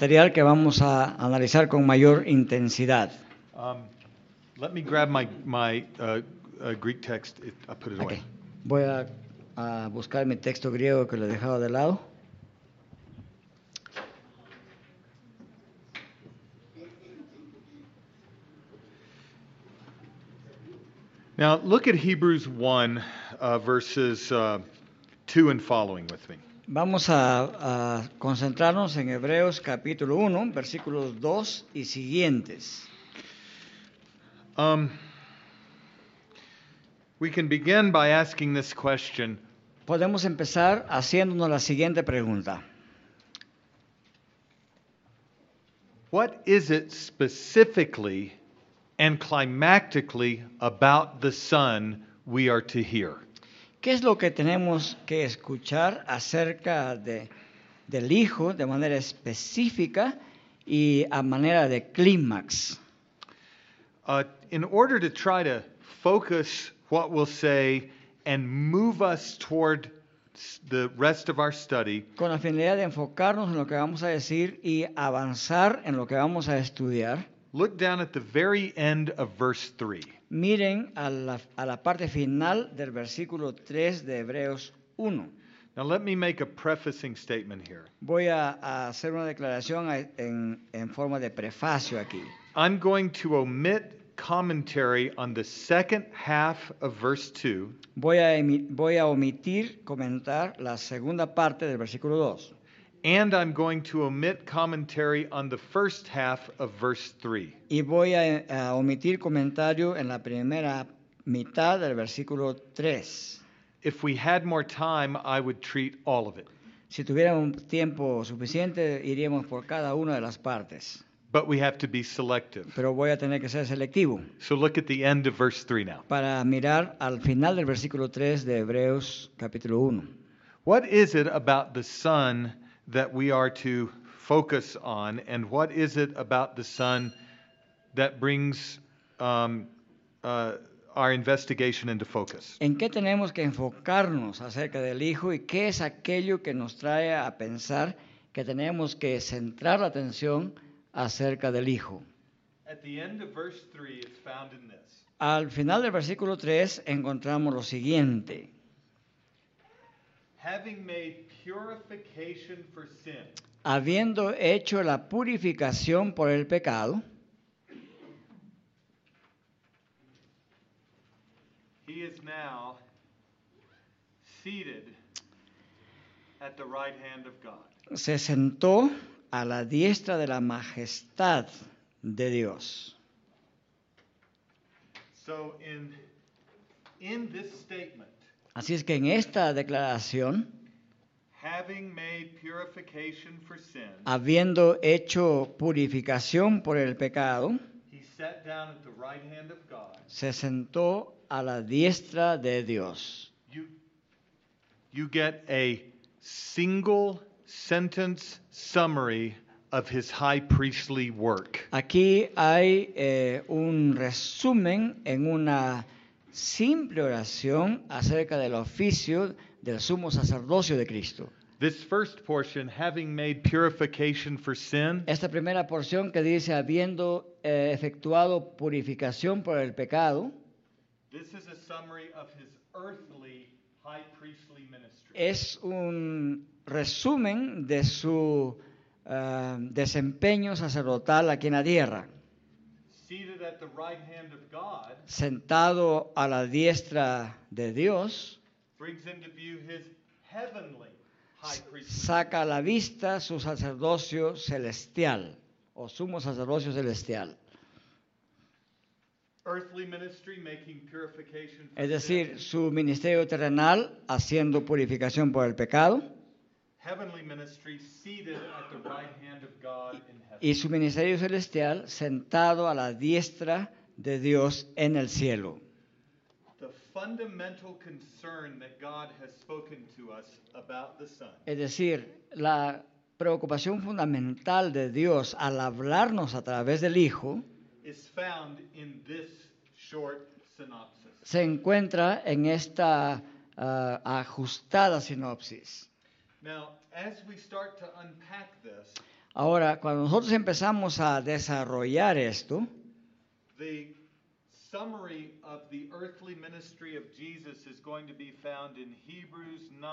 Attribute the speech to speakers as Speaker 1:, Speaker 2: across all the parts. Speaker 1: material que vamos a analizar con mayor intensidad.
Speaker 2: Um, Let me grab my, my uh, uh, Greek text. It- I put it
Speaker 1: Ok.
Speaker 2: away.
Speaker 1: Voy a, a buscar mi texto griego que lo he dejado de lado.
Speaker 2: Now, look at Hebrews 1, uh, verses uh, 2 and following with me.
Speaker 1: Vamos a, a concentrarnos en Hebreos capítulo 1, versículos 2 y siguientes.
Speaker 2: Um, we can begin by asking this question
Speaker 1: Podemos empezar haciéndonos la siguiente pregunta.
Speaker 2: What is it specifically and climactically about the Son we are to hear?
Speaker 1: ¿Qué es lo que tenemos que escuchar acerca de, del Hijo de manera específica y a manera de clímax?
Speaker 2: Uh, in order to try to focus what we'll say and move us toward s- the rest of our study,
Speaker 1: Con la finalidad de enfocarnos en lo que vamos a decir y avanzar en lo que vamos a estudiar,
Speaker 2: look down at the very end of verse 3.
Speaker 1: miren a la, a la parte final del versículo 3 de Hebreos 1.
Speaker 2: Now, let me make a prefacing statement here.
Speaker 1: Voy a, a hacer una declaración a- en, en forma de prefacio aquí.
Speaker 2: I'm going to omit commentary on the second half of verse 2
Speaker 1: Voy a, emi- voy a omitir comentar la segunda parte del versículo 2.
Speaker 2: And I'm going to omit commentary on the first half of verse 3.
Speaker 1: Y voy a, a omitir comentario en la primera mitad del versículo 3.
Speaker 2: If we had more time, I would treat all of it.
Speaker 1: Si tuviéramos tiempo suficiente, iríamos por cada una de las partes.
Speaker 2: But we have to be selective.
Speaker 1: Pero voy a tener que ser selectivo
Speaker 2: So look at the end of verse 3 now.
Speaker 1: para mirar al final del versículo 3 de Hebreos capítulo 1.
Speaker 2: What is it about the Son that we are to focus on? And what is it about the Son that brings um, uh, our investigation into focus?
Speaker 1: ¿En qué tenemos que enfocarnos acerca del Hijo y qué es aquello que nos trae a pensar que tenemos que centrar la atención acerca del Hijo?
Speaker 2: At the end of verse 3, it's found in this.
Speaker 1: Al final del versículo 3 encontramos lo siguiente.
Speaker 2: Having made purification for sin.
Speaker 1: Habiendo hecho la purificación por el pecado,
Speaker 2: He is now seated at the right hand of God.
Speaker 1: se sentó a la diestra de la majestad de Dios.
Speaker 2: So in in this statement,
Speaker 1: Así es que en esta declaración,
Speaker 2: having made purification for sin,
Speaker 1: Uh, habiendo hecho purificación por el pecado,
Speaker 2: he sat down at the right hand of God.
Speaker 1: se sentó a la diestra de Dios.
Speaker 2: You you get a single sentence summary of his high priestly work.
Speaker 1: Aquí hay eh, un resumen en una simple oración acerca del oficio del sumo sacerdocio de Cristo.
Speaker 2: This first portion, having made purification for sin,
Speaker 1: Esta primera porción que dice, habiendo eh, efectuado purificación por el pecado,
Speaker 2: This is a summary of his earthly high priestly ministry.
Speaker 1: es un resumen de su eh, desempeño sacerdotal aquí en la tierra.
Speaker 2: Seated at the right hand of God
Speaker 1: Sentado a la diestra de Dios,
Speaker 2: brings into view his heavenly high priestly.
Speaker 1: saca a la vista su sacerdocio celestial o sumo sacerdocio celestial.
Speaker 2: earthly ministry making purification for
Speaker 1: Es decir,
Speaker 2: sin.
Speaker 1: su ministerio terrenal haciendo purificación por el pecado
Speaker 2: heavenly ministry seated at the right hand of God in heaven.
Speaker 1: y su ministerio celestial sentado a la diestra de Dios en el cielo.
Speaker 2: the fundamental concern that God has spoken to us about the Son
Speaker 1: Es decir, la preocupación fundamental de Dios al hablarnos a través del Hijo
Speaker 2: is found in this short synopsis.
Speaker 1: se encuentra en esta ah, ajustada sinopsis.
Speaker 2: Now, as we start to unpack this,
Speaker 1: Ahora, cuando nosotros empezamos a desarrollar esto,
Speaker 2: The summary of the earthly ministry of Jesus is going to be found in Hebrews 9,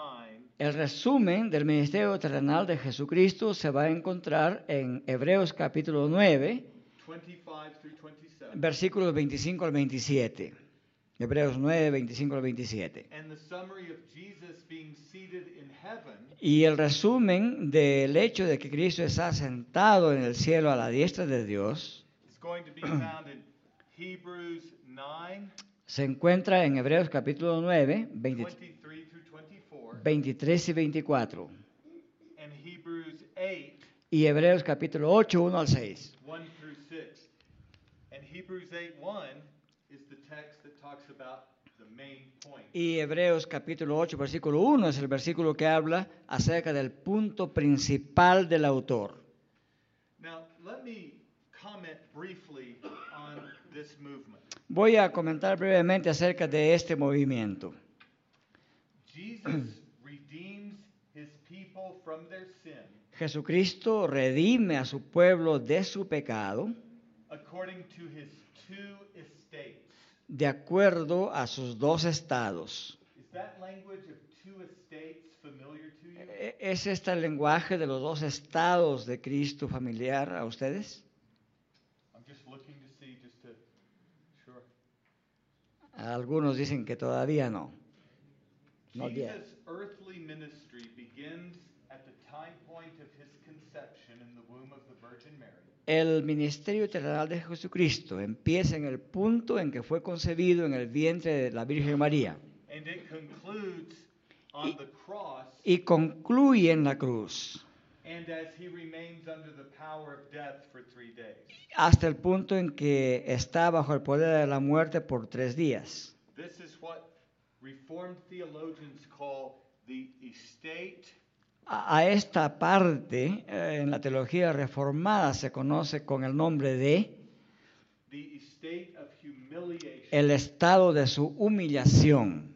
Speaker 1: el resumen del ministerio terrenal de Jesucristo se va a encontrar en Hebreos capítulo 9,
Speaker 2: 25 through 27.
Speaker 1: versículos 25 al 27. Hebreos 9, 25 al 27.
Speaker 2: And the summary of Jesus being seated in heaven
Speaker 1: Y el resumen del hecho de que Cristo está sentado en el cielo a la diestra de Dios
Speaker 2: is going to be found in Hebrews 9,
Speaker 1: se encuentra en Hebreos capítulo 9, 20
Speaker 2: 23 through 24,
Speaker 1: 23 y 24.
Speaker 2: and Hebrews 8,
Speaker 1: Y Hebreos capítulo 8, 1 al 6.
Speaker 2: 1 through 6. And Hebrews 8, 1 is the text that talks about the main point.
Speaker 1: Y Hebreos capítulo 8, versículo 1 es el versículo que habla acerca del punto principal del autor.
Speaker 2: Now, let me comment briefly on this movement.
Speaker 1: Voy a comentar brevemente acerca de este movimiento.
Speaker 2: Jesus redeems his people from their sin
Speaker 1: Jesucristo redime a su pueblo de su pecado
Speaker 2: according to his two estates.
Speaker 1: de acuerdo a sus dos estados.
Speaker 2: Is that language of two estates familiar to you?
Speaker 1: E- ¿Es este el lenguaje de los dos estados de Cristo familiar a ustedes?
Speaker 2: I'm just looking to see, just to, sure.
Speaker 1: Algunos dicen que todavía no. Not yet.
Speaker 2: Jesus' earthly ministry begins at the time point of his conception in the womb of the Virgin Mary.
Speaker 1: El ministerio terrenal de Jesucristo empieza en el punto en que fue concebido en el vientre de la Virgen María
Speaker 2: And it concludes on the cross
Speaker 1: y concluye en la cruz
Speaker 2: and as he remains under the power of death for three days.
Speaker 1: hasta el punto en que está bajo el poder de la muerte por tres días.
Speaker 2: This is what Reformed theologians call the estate
Speaker 1: A, a esta parte eh, en la teología reformada se conoce con el nombre de
Speaker 2: the estate of humiliation.
Speaker 1: el estado de su humillación.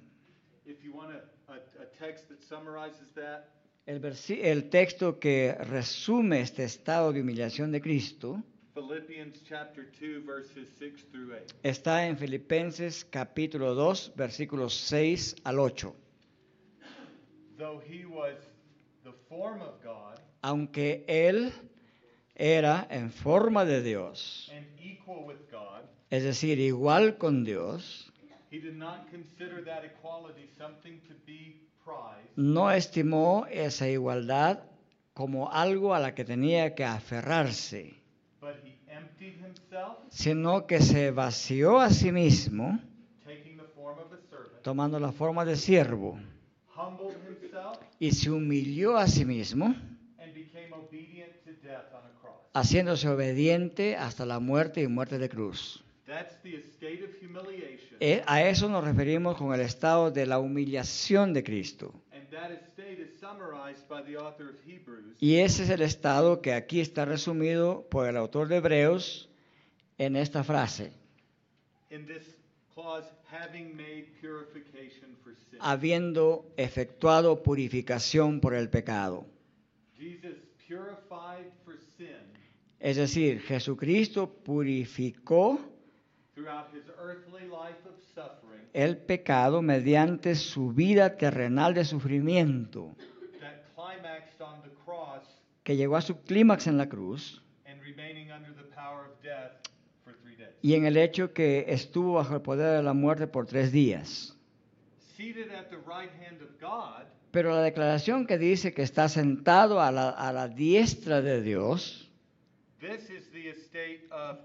Speaker 2: if you want a, a, a text that summarizes that,
Speaker 1: El, versi- el texto que resume este estado de humillación de Cristo
Speaker 2: Philippians chapter 2 verses 6 through 8.
Speaker 1: está en Filipenses capítulo 2, versículos 6 al 8.
Speaker 2: Though he was the form of God
Speaker 1: Aunque él era en forma de Dios,
Speaker 2: and equal with God,
Speaker 1: es decir, igual con Dios,
Speaker 2: he did not consider that equality something to be prized,
Speaker 1: no estimó esa igualdad como algo a la que tenía que aferrarse,
Speaker 2: but he emptied himself,
Speaker 1: sino que se vació a sí mismo
Speaker 2: taking the form of a servant,
Speaker 1: tomando la forma de siervo
Speaker 2: humbled himself,
Speaker 1: y se humilló a sí mismo
Speaker 2: and became obedient to death on a cross.
Speaker 1: haciéndose obediente hasta la muerte y muerte de cruz.
Speaker 2: That's the estate of humiliation,
Speaker 1: Eh, A eso nos referimos con el estado de la humillación de Cristo.
Speaker 2: and that estate is summarized by the author of Hebrews
Speaker 1: Y ese es el estado que aquí está resumido por el autor de Hebreos en esta frase,
Speaker 2: in this clause, having made purification for sin.
Speaker 1: habiendo efectuado purificación por el pecado.
Speaker 2: Jesus purified for sin
Speaker 1: Es decir, Jesucristo purificó
Speaker 2: throughout his earthly life of suffering,
Speaker 1: el pecado mediante su vida terrenal de sufrimiento,
Speaker 2: that climaxed on the cross
Speaker 1: que llegó a su clímax en la cruz
Speaker 2: and remaining under the power of death for three days.
Speaker 1: y en el hecho que estuvo bajo el poder de la muerte por tres días.
Speaker 2: Seated at the right hand of God
Speaker 1: Pero la declaración que dice que está sentado a la, a la diestra de Dios,
Speaker 2: This is the estate of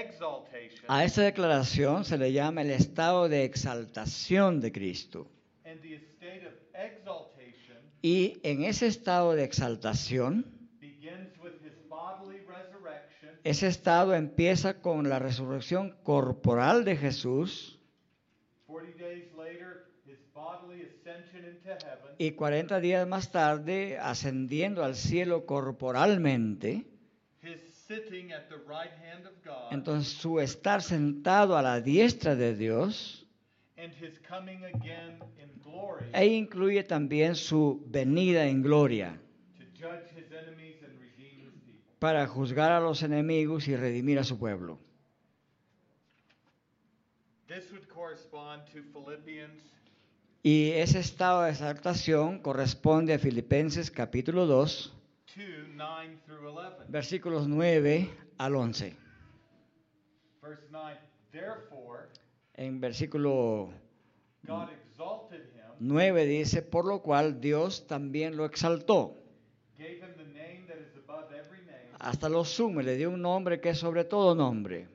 Speaker 2: exaltation
Speaker 1: a esa declaración se le llama el estado de exaltación de Cristo.
Speaker 2: and the estate of exaltation
Speaker 1: Y en ese estado de exaltación,
Speaker 2: begins with his bodily resurrection
Speaker 1: ese estado empieza con la resurrección corporal de Jesús
Speaker 2: 40 days later his bodily ascension into heaven
Speaker 1: y 40 días más tarde ascendiendo al cielo corporalmente.
Speaker 2: his sitting at the right hand of God
Speaker 1: Entonces su estar sentado a la diestra de Dios
Speaker 2: and his coming again in glory
Speaker 1: e incluye también su venida en gloria.
Speaker 2: to judge his enemies and redeem his people
Speaker 1: para juzgar a los enemigos y redimir a su pueblo.
Speaker 2: This would correspond to Philippians
Speaker 1: Y ese estado de exaltación corresponde a Filipenses capítulo 2,
Speaker 2: 2 9 through 11.
Speaker 1: versículos 9 al 11.
Speaker 2: Verse 9 Therefore,
Speaker 1: En versículo
Speaker 2: God exalted him,
Speaker 1: 9 dice, por lo cual Dios también lo exaltó.
Speaker 2: gave him the name that is above every name,
Speaker 1: Hasta lo sumo, le dio un nombre que es sobre todo nombre,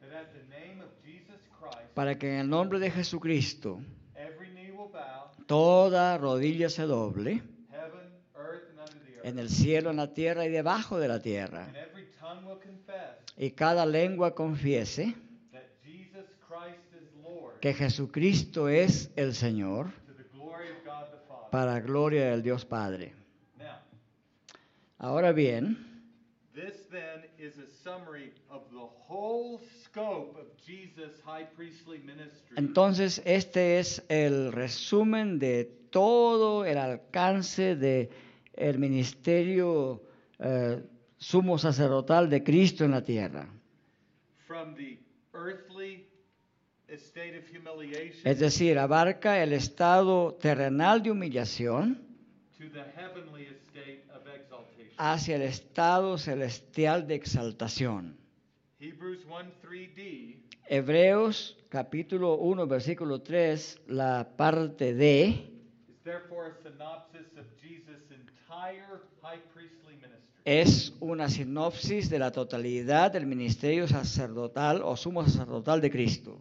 Speaker 2: that at the name of Jesus Christ,
Speaker 1: para que en el nombre de Jesucristo
Speaker 2: every knee will bow,
Speaker 1: toda rodilla se doble,
Speaker 2: heaven, earth, and under the
Speaker 1: en el
Speaker 2: earth,
Speaker 1: cielo, en la tierra y debajo de la
Speaker 2: and
Speaker 1: tierra,
Speaker 2: every tongue will confess
Speaker 1: y cada lengua confiese
Speaker 2: that Jesus Christ is Lord,
Speaker 1: que Jesucristo es el Señor,
Speaker 2: to the glory of God the Father.
Speaker 1: para gloria del Dios Padre.
Speaker 2: Now,
Speaker 1: Ahora bien,
Speaker 2: This then is a summary of the whole scope of Jesus' high priestly ministry.
Speaker 1: entonces este es el resumen de todo el alcance de el ministerio eh, sumo sacerdotal de Cristo en la tierra.
Speaker 2: From the earthly estate of humiliation
Speaker 1: Es decir, abarca el estado terrenal de humillación
Speaker 2: to the heavenly estate of exaltation.
Speaker 1: hacia el estado celestial de exaltación.
Speaker 2: Hebrews 1 3d
Speaker 1: Hebreos capítulo 1, versículo 3, la parte D,
Speaker 2: is therefore a synopsis of Jesus' entire high priestly ministry.
Speaker 1: es una sinopsis de la totalidad del ministerio sacerdotal o sumo sacerdotal de Cristo.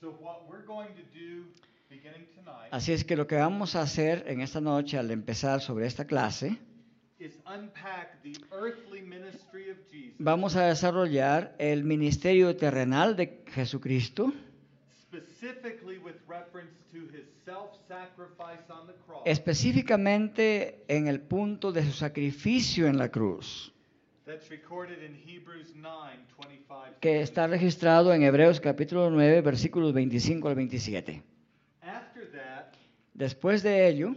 Speaker 2: So, what we're going to do beginning tonight
Speaker 1: Así es que lo que vamos a hacer en esta noche al empezar sobre esta clase,
Speaker 2: is unpack the earthly ministry of Jesus.
Speaker 1: vamos a desarrollar el ministerio terrenal de Jesucristo,
Speaker 2: specifically with reference to his self-sacrifice on the cross
Speaker 1: específicamente en el punto de su sacrificio en la cruz,
Speaker 2: that's recorded in Hebrews 9, 25.
Speaker 1: que está registrado en Hebreos capítulo 9, versículos 25 al 27.
Speaker 2: After that,
Speaker 1: Después de ello,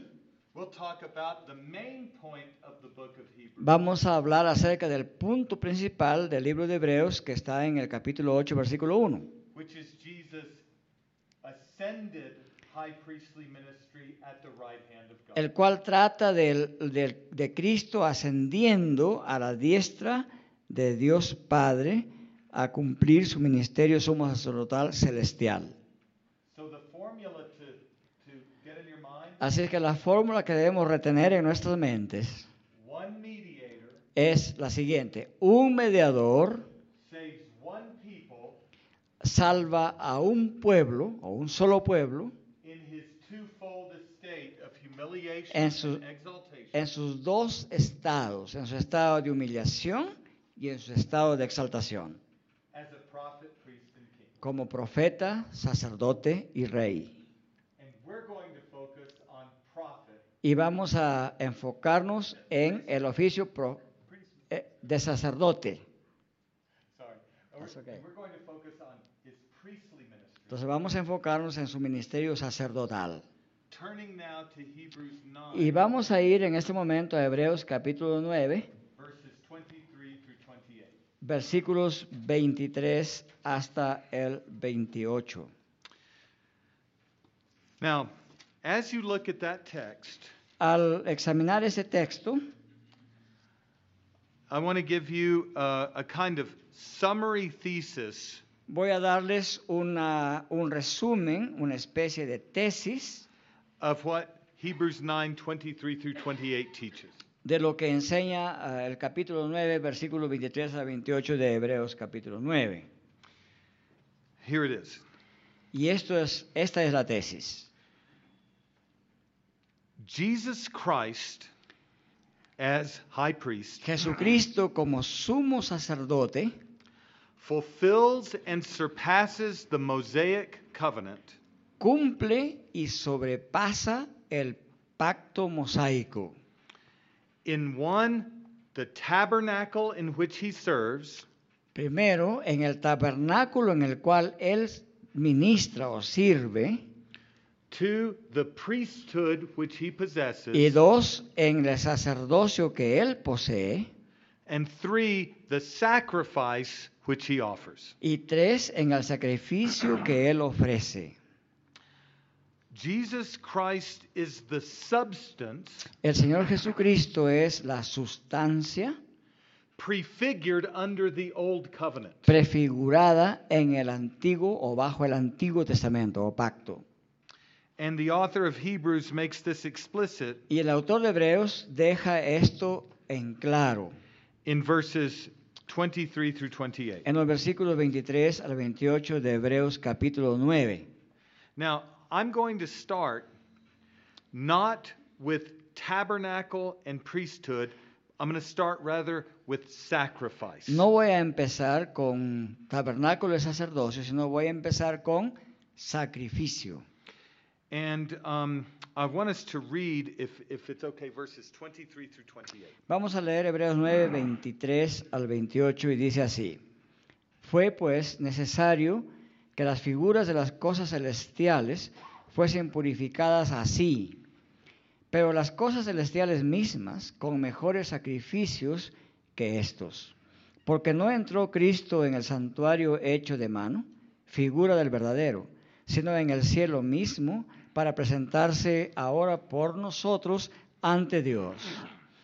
Speaker 2: we'll talk about the main point of the book of Hebrews.
Speaker 1: vamos a hablar acerca del punto principal del libro de Hebreos que está en el capítulo 8, versículo 1,
Speaker 2: Which is Jesus' ascended high priestly ministry at the right hand of God.
Speaker 1: el cual trata del- del- de Cristo ascendiendo a la diestra de Dios Padre a cumplir su ministerio sumo sacerdotal celestial.
Speaker 2: So the formula to, to get in your mind,
Speaker 1: Así es que la fórmula que debemos retener en nuestras mentes
Speaker 2: one mediator
Speaker 1: es la siguiente. Un mediador
Speaker 2: saves one people
Speaker 1: salva a un pueblo o un solo pueblo
Speaker 2: in his twofold estate of humiliation
Speaker 1: En su-
Speaker 2: and exaltation.
Speaker 1: en sus dos estados, en su estado de humillación y en su estado de exaltación,
Speaker 2: as a prophet, priest, and king.
Speaker 1: como profeta, sacerdote y rey.
Speaker 2: And we're going to focus on prophet,
Speaker 1: Y vamos a enfocarnos en el oficio pro-
Speaker 2: priest.
Speaker 1: eh, de sacerdote.
Speaker 2: Sorry, And
Speaker 1: That's
Speaker 2: we're-
Speaker 1: okay.
Speaker 2: We're going to focus on his priestly ministry.
Speaker 1: Entonces vamos a enfocarnos en su ministerio sacerdotal.
Speaker 2: Turning now to Hebrews
Speaker 1: Y
Speaker 2: 9,
Speaker 1: vamos a ir en este momento a Hebreos capítulo 9,
Speaker 2: verses 23 through 28.
Speaker 1: versículos 23 hasta el 28.
Speaker 2: Now, as you look at that text,
Speaker 1: Al examinar ese texto,
Speaker 2: I want to give you uh, a kind of summary thesis
Speaker 1: voy a darles una- un resumen, una especie de tesis
Speaker 2: of what Hebrews 9, 23 through 28 teaches.
Speaker 1: de lo que enseña eh, el capítulo 9, versículos 23 a 28 de Hebreos capítulo 9.
Speaker 2: Here it is.
Speaker 1: Y esto es, esta es la tesis.
Speaker 2: Jesus Christ as high priest
Speaker 1: Jesucristo como sumo sacerdote
Speaker 2: fulfills and surpasses the Mosaic covenant
Speaker 1: cumple y sobrepasa el pacto mosaico.
Speaker 2: in one, the tabernacle in which he serves,
Speaker 1: Primero, en el tabernáculo en el cual él ministra o sirve,
Speaker 2: two, the priesthood which he
Speaker 1: y
Speaker 2: possesses,
Speaker 1: dos, en el sacerdocio que él posee,
Speaker 2: and three, the sacrifice which he offers.
Speaker 1: y tres en el sacrificio que Él ofrece.
Speaker 2: Jesus Christ is the substance
Speaker 1: El Señor Jesucristo es la sustancia
Speaker 2: prefigured under the old covenant.
Speaker 1: prefigurada en el Antiguo o bajo el Antiguo Testamento o pacto.
Speaker 2: And the author of Hebrews makes this explicit
Speaker 1: Y el autor de Hebreos deja esto en claro
Speaker 2: in verses 23 through 28.
Speaker 1: en los versículos 23 al 28 de Hebreos capítulo 9.
Speaker 2: Now, I'm going to start not with tabernacle and priesthood. I'm going to start rather with sacrifice.
Speaker 1: No voy a empezar con tabernáculo y sacerdocio, sino voy a empezar con sacrificio.
Speaker 2: And um, I want us to read, if, if it's okay, verses 23 through 28.
Speaker 1: Vamos a leer Hebreos 9, 23 al 28 y dice así. Fue pues necesario que las figuras de las cosas celestiales fuesen purificadas así, pero las cosas celestiales mismas con mejores sacrificios que estos. Porque no entró Cristo en el santuario hecho de mano, figura del verdadero, sino en el cielo mismo para presentarse ahora por nosotros ante Dios.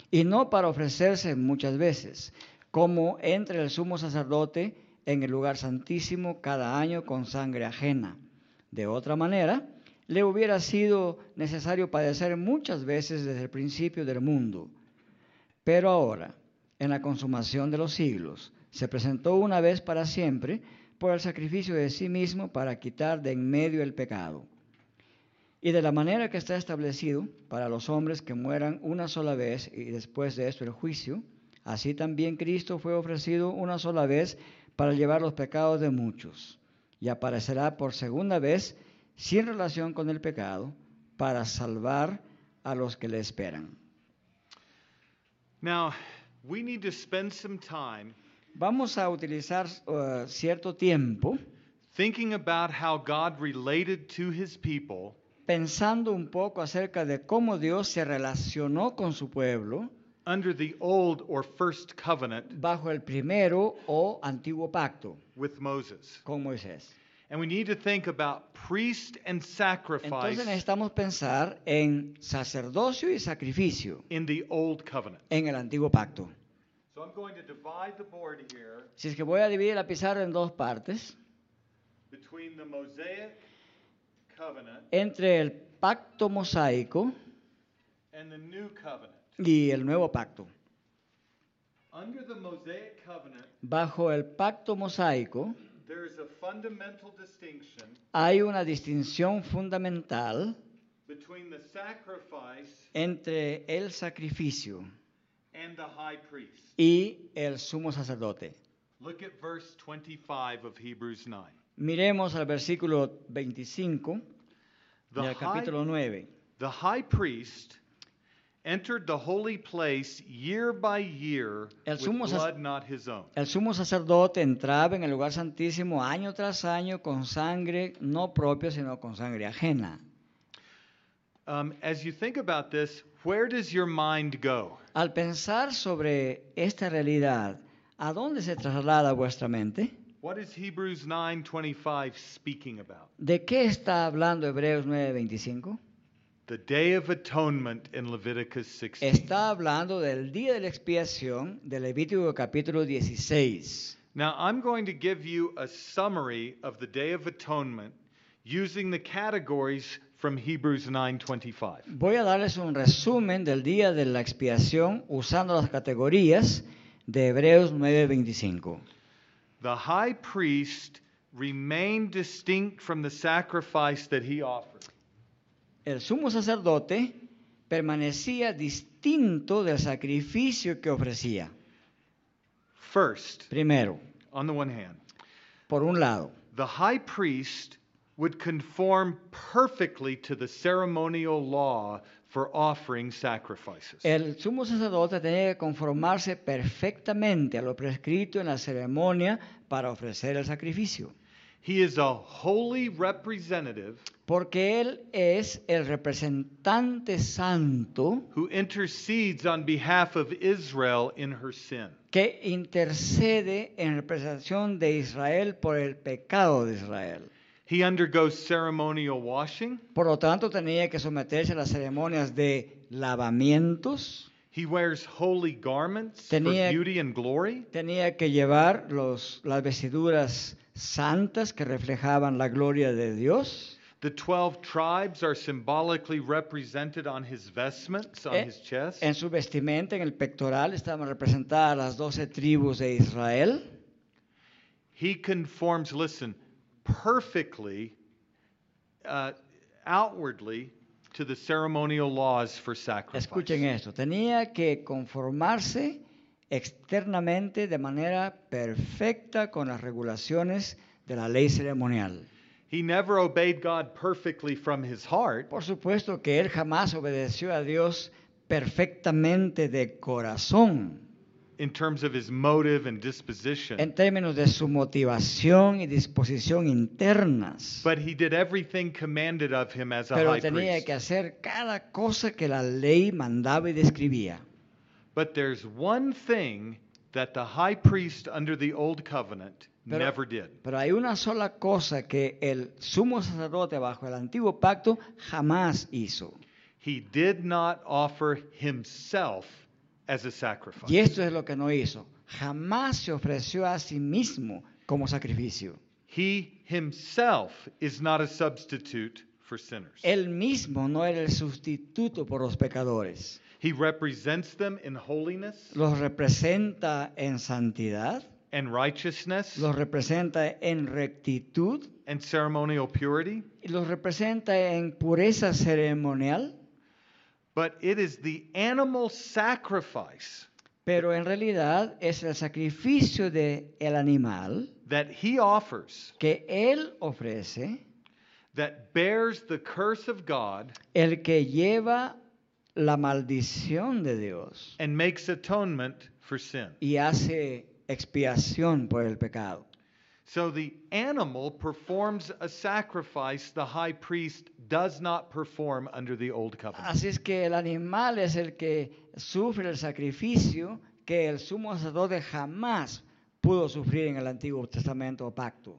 Speaker 1: Y no para ofrecerse muchas veces, como entra el sumo sacerdote en el lugar santísimo cada año con sangre ajena. De otra manera, le hubiera sido necesario padecer muchas veces desde el principio del mundo. Pero ahora, en la consumación de los siglos, se presentó una vez para siempre por el sacrificio de sí mismo para quitar de en medio el pecado. Y de la manera que está establecido para los hombres que mueran una sola vez y después de esto el juicio, así también Cristo fue ofrecido una sola vez para llevar los pecados de muchos, y aparecerá por segunda vez sin relación con el pecado para salvar a los que le esperan.
Speaker 2: Now, we need to spend some time
Speaker 1: Vamos a utilizar eh, cierto tiempo
Speaker 2: thinking about how God related to his people
Speaker 1: pensando un poco acerca de cómo Dios se relacionó con su pueblo
Speaker 2: under the old or first covenant
Speaker 1: bajo el primero o antiguo pacto
Speaker 2: with Moses.
Speaker 1: con Moisés.
Speaker 2: And we need to think about priest and sacrifice
Speaker 1: Entonces necesitamos pensar en sacerdocio y sacrificio
Speaker 2: in the old covenant.
Speaker 1: en el antiguo pacto.
Speaker 2: So I'm going to divide the board here
Speaker 1: Si es que voy a dividir la pizarra en dos partes,
Speaker 2: between the Mosaic covenant
Speaker 1: entre el pacto mosaico
Speaker 2: and the new covenant.
Speaker 1: y el nuevo pacto.
Speaker 2: Under the Mosaic covenant,
Speaker 1: Bajo el pacto mosaico
Speaker 2: there is a fundamental distinction
Speaker 1: hay una distinción fundamental
Speaker 2: between the sacrifice
Speaker 1: entre el sacrificio
Speaker 2: and the high priest.
Speaker 1: y el sumo sacerdote.
Speaker 2: Look at verse 25 of Hebrews 9.
Speaker 1: Miremos al versículo 25
Speaker 2: The
Speaker 1: del
Speaker 2: high-
Speaker 1: capítulo 9.
Speaker 2: The high priest entered the holy place year by year
Speaker 1: El
Speaker 2: with
Speaker 1: sumo sac-
Speaker 2: blood not his own.
Speaker 1: El sumo sacerdote entraba en el lugar santísimo año tras año con sangre no propia, sino con sangre ajena.
Speaker 2: Um, as you think about this, where does your mind go?
Speaker 1: Al pensar sobre esta realidad, ¿a dónde se traslada vuestra mente?
Speaker 2: What is Hebrews 9:25 speaking about?
Speaker 1: ¿De qué está hablando Hebreos 9:25?
Speaker 2: The Day of Atonement in Leviticus 16.
Speaker 1: Está hablando del día de la expiación de Levítico capítulo 16.
Speaker 2: Now, I'm going to give you a summary of the Day of Atonement using the categories from Hebrews 9:25.
Speaker 1: Voy a darles un resumen del día de la expiación usando las categorías de Hebreos 9:25.
Speaker 2: The high priest remained distinct from the sacrifice that he offered.
Speaker 1: El sumo sacerdote permanecía distinto del sacrificio que ofrecía.
Speaker 2: First,
Speaker 1: Primero,
Speaker 2: on the one hand,
Speaker 1: por un lado,
Speaker 2: the high priest would conform perfectly to the ceremonial law for offering sacrifices.
Speaker 1: el sumo sacerdote tenía que conformarse perfectamente a lo prescrito en la ceremonia para ofrecer el sacrificio.
Speaker 2: He is a holy representative
Speaker 1: porque Él es el representante santo
Speaker 2: who intercedes on behalf of Israel in her sin.
Speaker 1: que intercede en representación de Israel por el pecado de Israel.
Speaker 2: He undergoes ceremonial washing.
Speaker 1: Por lo tanto, tenía que someterse a las ceremonias de lavamientos,
Speaker 2: He wears holy garments
Speaker 1: Tenía-
Speaker 2: for beauty and glory.
Speaker 1: tenía que llevar los, las vestiduras santas que reflejaban la gloria de Dios.
Speaker 2: The 12 tribes are symbolically represented on his vestments, on
Speaker 1: Eh,
Speaker 2: his chest.
Speaker 1: En su vestimenta, en el pectoral, estaban representadas las doce tribus de Israel.
Speaker 2: He conforms, listen, perfectly, uh, outwardly to the ceremonial laws for sacrifice.
Speaker 1: Escuchen esto, tenía que conformarse externamente de manera perfecta con las regulaciones de la ley ceremonial.
Speaker 2: He never obeyed God perfectly from his heart,
Speaker 1: Por supuesto que él jamás obedeció a Dios perfectamente de corazón
Speaker 2: in terms of his motive and disposition.
Speaker 1: en términos de su motivación y disposición internas,
Speaker 2: but he did everything commanded of him as a
Speaker 1: pero
Speaker 2: high
Speaker 1: tenía
Speaker 2: priest.
Speaker 1: que hacer cada cosa que la ley mandaba y describía.
Speaker 2: But there's one thing that the high priest under the old covenant
Speaker 1: Pero-
Speaker 2: never did.
Speaker 1: Pero hay una sola cosa que el sumo sacerdote bajo el antiguo pacto jamás hizo.
Speaker 2: He did not offer himself as a sacrifice.
Speaker 1: Y esto es lo que no hizo. Jamás se ofreció a sí mismo como sacrificio.
Speaker 2: He himself is not a substitute for sinners.
Speaker 1: Él mismo no era el sustituto por los pecadores.
Speaker 2: He represents them in holiness
Speaker 1: Los representa en santidad,
Speaker 2: and righteousness
Speaker 1: los representa en rectitud,
Speaker 2: and ceremonial purity,
Speaker 1: y los representa en pureza ceremonial,
Speaker 2: but it is the animal sacrifice
Speaker 1: pero en realidad es el sacrificio del el animal
Speaker 2: that he offers
Speaker 1: que él ofrece
Speaker 2: that bears the curse of God
Speaker 1: el que lleva la maldición de Dios
Speaker 2: and makes atonement for sin.
Speaker 1: y hace expiación por el pecado.
Speaker 2: So the animal performs a sacrifice the high priest does not perform under the old covenant.
Speaker 1: Así es que el animal es el que sufre el sacrificio que el sumo sacerdote jamás pudo sufrir en el Antiguo Testamento o pacto.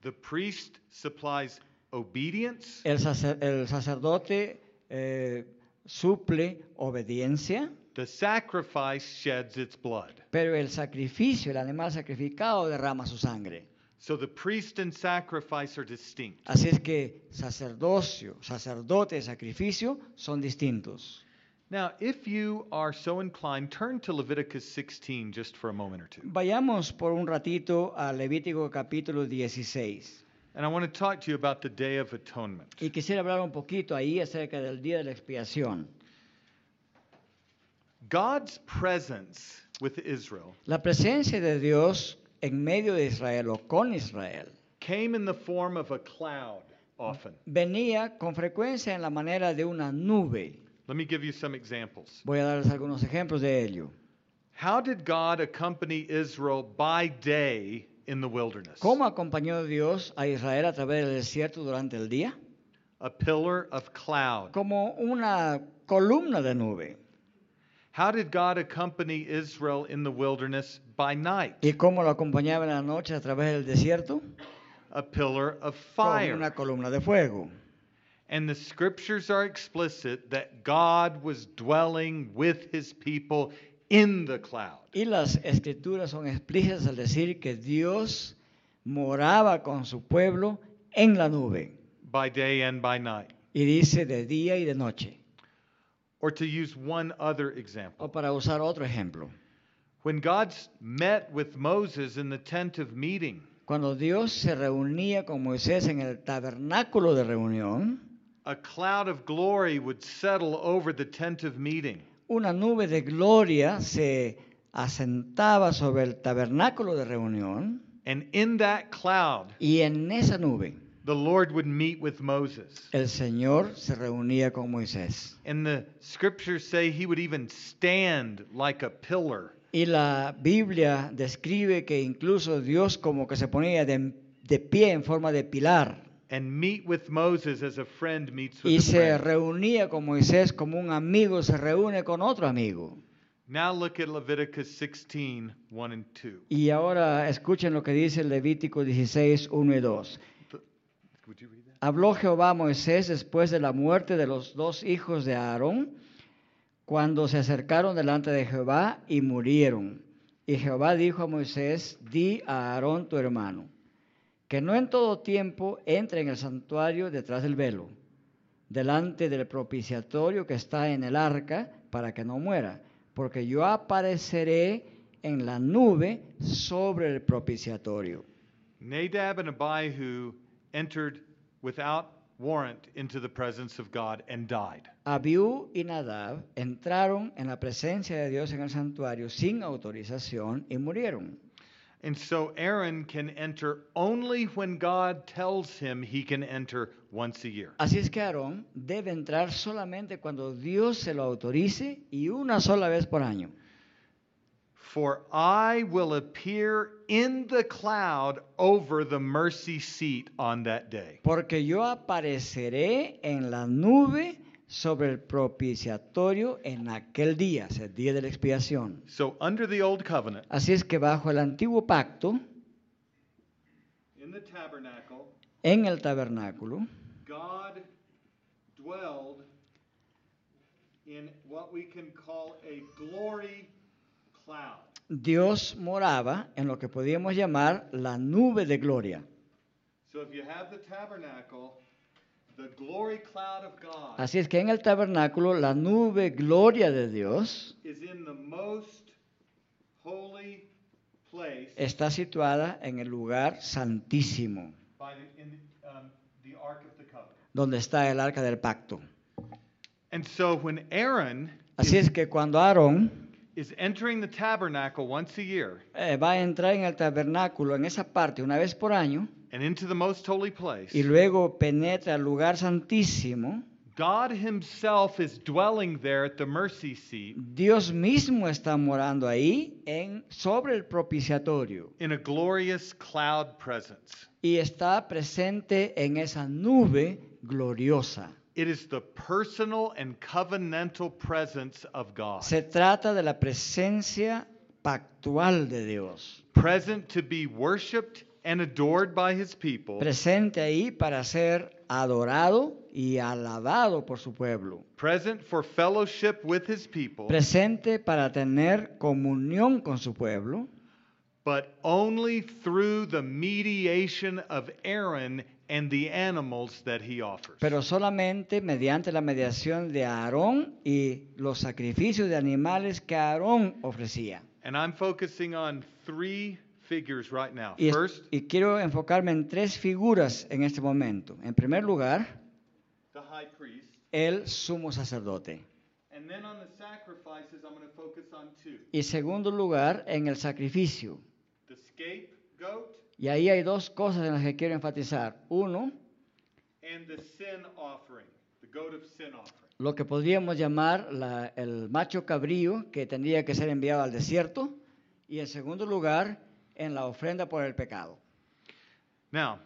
Speaker 2: The priest supplies obedience
Speaker 1: El, sacer- el sacerdote eh, suple obediencia,
Speaker 2: The sacrifice sheds its blood.
Speaker 1: pero el sacrificio, el animal sacrificado derrama su sangre.
Speaker 2: So the priest and sacrifice are distinct.
Speaker 1: Así es que sacerdocio, sacerdote y sacrificio son distintos.
Speaker 2: Now, if you are so inclined, turn to Leviticus 16 just for a moment or two.
Speaker 1: Vayamos por un ratito a Levítico capítulo 16.
Speaker 2: And I want to talk to you about the Day of Atonement.
Speaker 1: Y quisiera hablar un poquito ahí acerca del día de la expiación.
Speaker 2: God's presence with Israel
Speaker 1: La presencia de Dios en medio de Israel o con Israel
Speaker 2: came in the form of a cloud often.
Speaker 1: venía con frecuencia en la manera de una nube.
Speaker 2: Let me give you some examples.
Speaker 1: Voy a darles algunos ejemplos de ello.
Speaker 2: How did God accompany Israel by day in the wilderness?
Speaker 1: ¿Cómo acompañó Dios a Israel a través del desierto durante el día?
Speaker 2: A pillar of cloud.
Speaker 1: Como una columna de nube.
Speaker 2: How did God accompany Israel in the wilderness by night?
Speaker 1: ¿Y cómo lo acompañaba en la noche a través del desierto?
Speaker 2: a pillar of
Speaker 1: Con una
Speaker 2: fire.
Speaker 1: columna de fuego.
Speaker 2: And the scriptures are explicit that God was dwelling with his people in the cloud.
Speaker 1: Y las escrituras son explícitas al decir que Dios moraba con su pueblo en la nube.
Speaker 2: By day and by night.
Speaker 1: Y dice de día y de noche.
Speaker 2: Or to use one other example,
Speaker 1: O para usar otro ejemplo.
Speaker 2: when God s- met with Moses in the tent of meeting,
Speaker 1: Cuando Dios se reunía con Moisés en el tabernáculo de reunión,
Speaker 2: a cloud of glory would settle over the tent of meeting.
Speaker 1: una nube de gloria se asentaba sobre el tabernáculo de reunión
Speaker 2: And in that cloud,
Speaker 1: y en esa nube
Speaker 2: the Lord would meet with Moses.
Speaker 1: el Señor se reunía con Moisés.
Speaker 2: And the scriptures say he would even stand like a pillar
Speaker 1: Y la Biblia describe que incluso Dios como que se ponía de, de pie en forma de pilar
Speaker 2: and meet with Moses as a friend meets with
Speaker 1: y
Speaker 2: a
Speaker 1: se
Speaker 2: friend.
Speaker 1: reunía con Moisés como un amigo se reúne con otro amigo.
Speaker 2: Now look at Leviticus 16, 1 and 2.
Speaker 1: Y ahora escuchen lo que dice Levítico 16, 1 y 2.
Speaker 2: Would you read that?
Speaker 1: Habló Jehová a Moisés después de la muerte de los dos hijos de Aarón, cuando se acercaron delante de Jehová y murieron. Y Jehová dijo a Moisés, di a Aarón tu hermano, que no en todo tiempo entre en el santuario detrás del velo, delante del propiciatorio que está en el arca, para que no muera, porque yo apareceré en la nube sobre el propiciatorio.
Speaker 2: Nadab and Abihu entered without warrant into the presence of God and died.
Speaker 1: Abiú y Nadab entraron en la presencia de Dios en el santuario sin autorización y murieron.
Speaker 2: And so Aaron can enter only when God tells him he can enter once a year.
Speaker 1: Así es que Aarón debe entrar solamente cuando Dios se lo autorice y una sola vez por año.
Speaker 2: For I will appear in the cloud over the mercy seat on that day.
Speaker 1: Porque yo apareceré en la nube sobre el propiciatorio en aquel día, es el día de la expiación.
Speaker 2: So, under the old covenant,
Speaker 1: Así es que bajo el antiguo pacto,
Speaker 2: in the tabernacle,
Speaker 1: en el tabernáculo,
Speaker 2: God dwelled in what we can call a glory cloud.
Speaker 1: Dios moraba en lo que podíamos llamar la nube de gloria.
Speaker 2: So, if you have the tabernacle, the glory cloud of God
Speaker 1: Así es que en el tabernáculo la nube gloria de Dios
Speaker 2: is in the most holy place
Speaker 1: está situada en el lugar santísimo,
Speaker 2: by the, in the, um, the Ark of the Covenant.
Speaker 1: donde está el arca del pacto.
Speaker 2: And so when Aaron
Speaker 1: Así es que cuando Aarón
Speaker 2: is entering the tabernacle once a year
Speaker 1: eh, va a entrar en el tabernáculo, en esa parte, una vez por año,
Speaker 2: and into the most holy place,
Speaker 1: y luego penetra al lugar santísimo,
Speaker 2: God Himself is dwelling there at the mercy seat
Speaker 1: Dios mismo está morando ahí en, sobre el propiciatorio
Speaker 2: in a glorious cloud presence.
Speaker 1: y está presente en esa nube gloriosa.
Speaker 2: It is the personal and covenantal presence of God,
Speaker 1: Se trata de la presencia pactual de Dios,
Speaker 2: present to be worshiped and adored by His people,
Speaker 1: presente ahí para ser adorado y alabado por su pueblo,
Speaker 2: present for fellowship with His people,
Speaker 1: presente para tener comunión con su pueblo,
Speaker 2: but only through the mediation of Aaron and the animals that he offers.
Speaker 1: pero solamente mediante la mediación de Aarón y los sacrificios de animales que Aarón ofrecía.
Speaker 2: and I'm focusing on three figures right now.
Speaker 1: Y, es-
Speaker 2: First,
Speaker 1: y quiero enfocarme en tres figuras en este momento. En primer lugar,
Speaker 2: the high priest,
Speaker 1: el sumo sacerdote.
Speaker 2: and then on the sacrifices, I'm going to focus on two
Speaker 1: Y segundo lugar, en el sacrificio.
Speaker 2: the scapegoat
Speaker 1: Y ahí hay dos cosas en las que quiero enfatizar. Uno,
Speaker 2: and the sin offering, the goat of sin offering.
Speaker 1: lo que podríamos llamar la- el macho cabrío que tendría que ser enviado al desierto. Y en segundo lugar, en la ofrenda por el pecado.
Speaker 2: Now,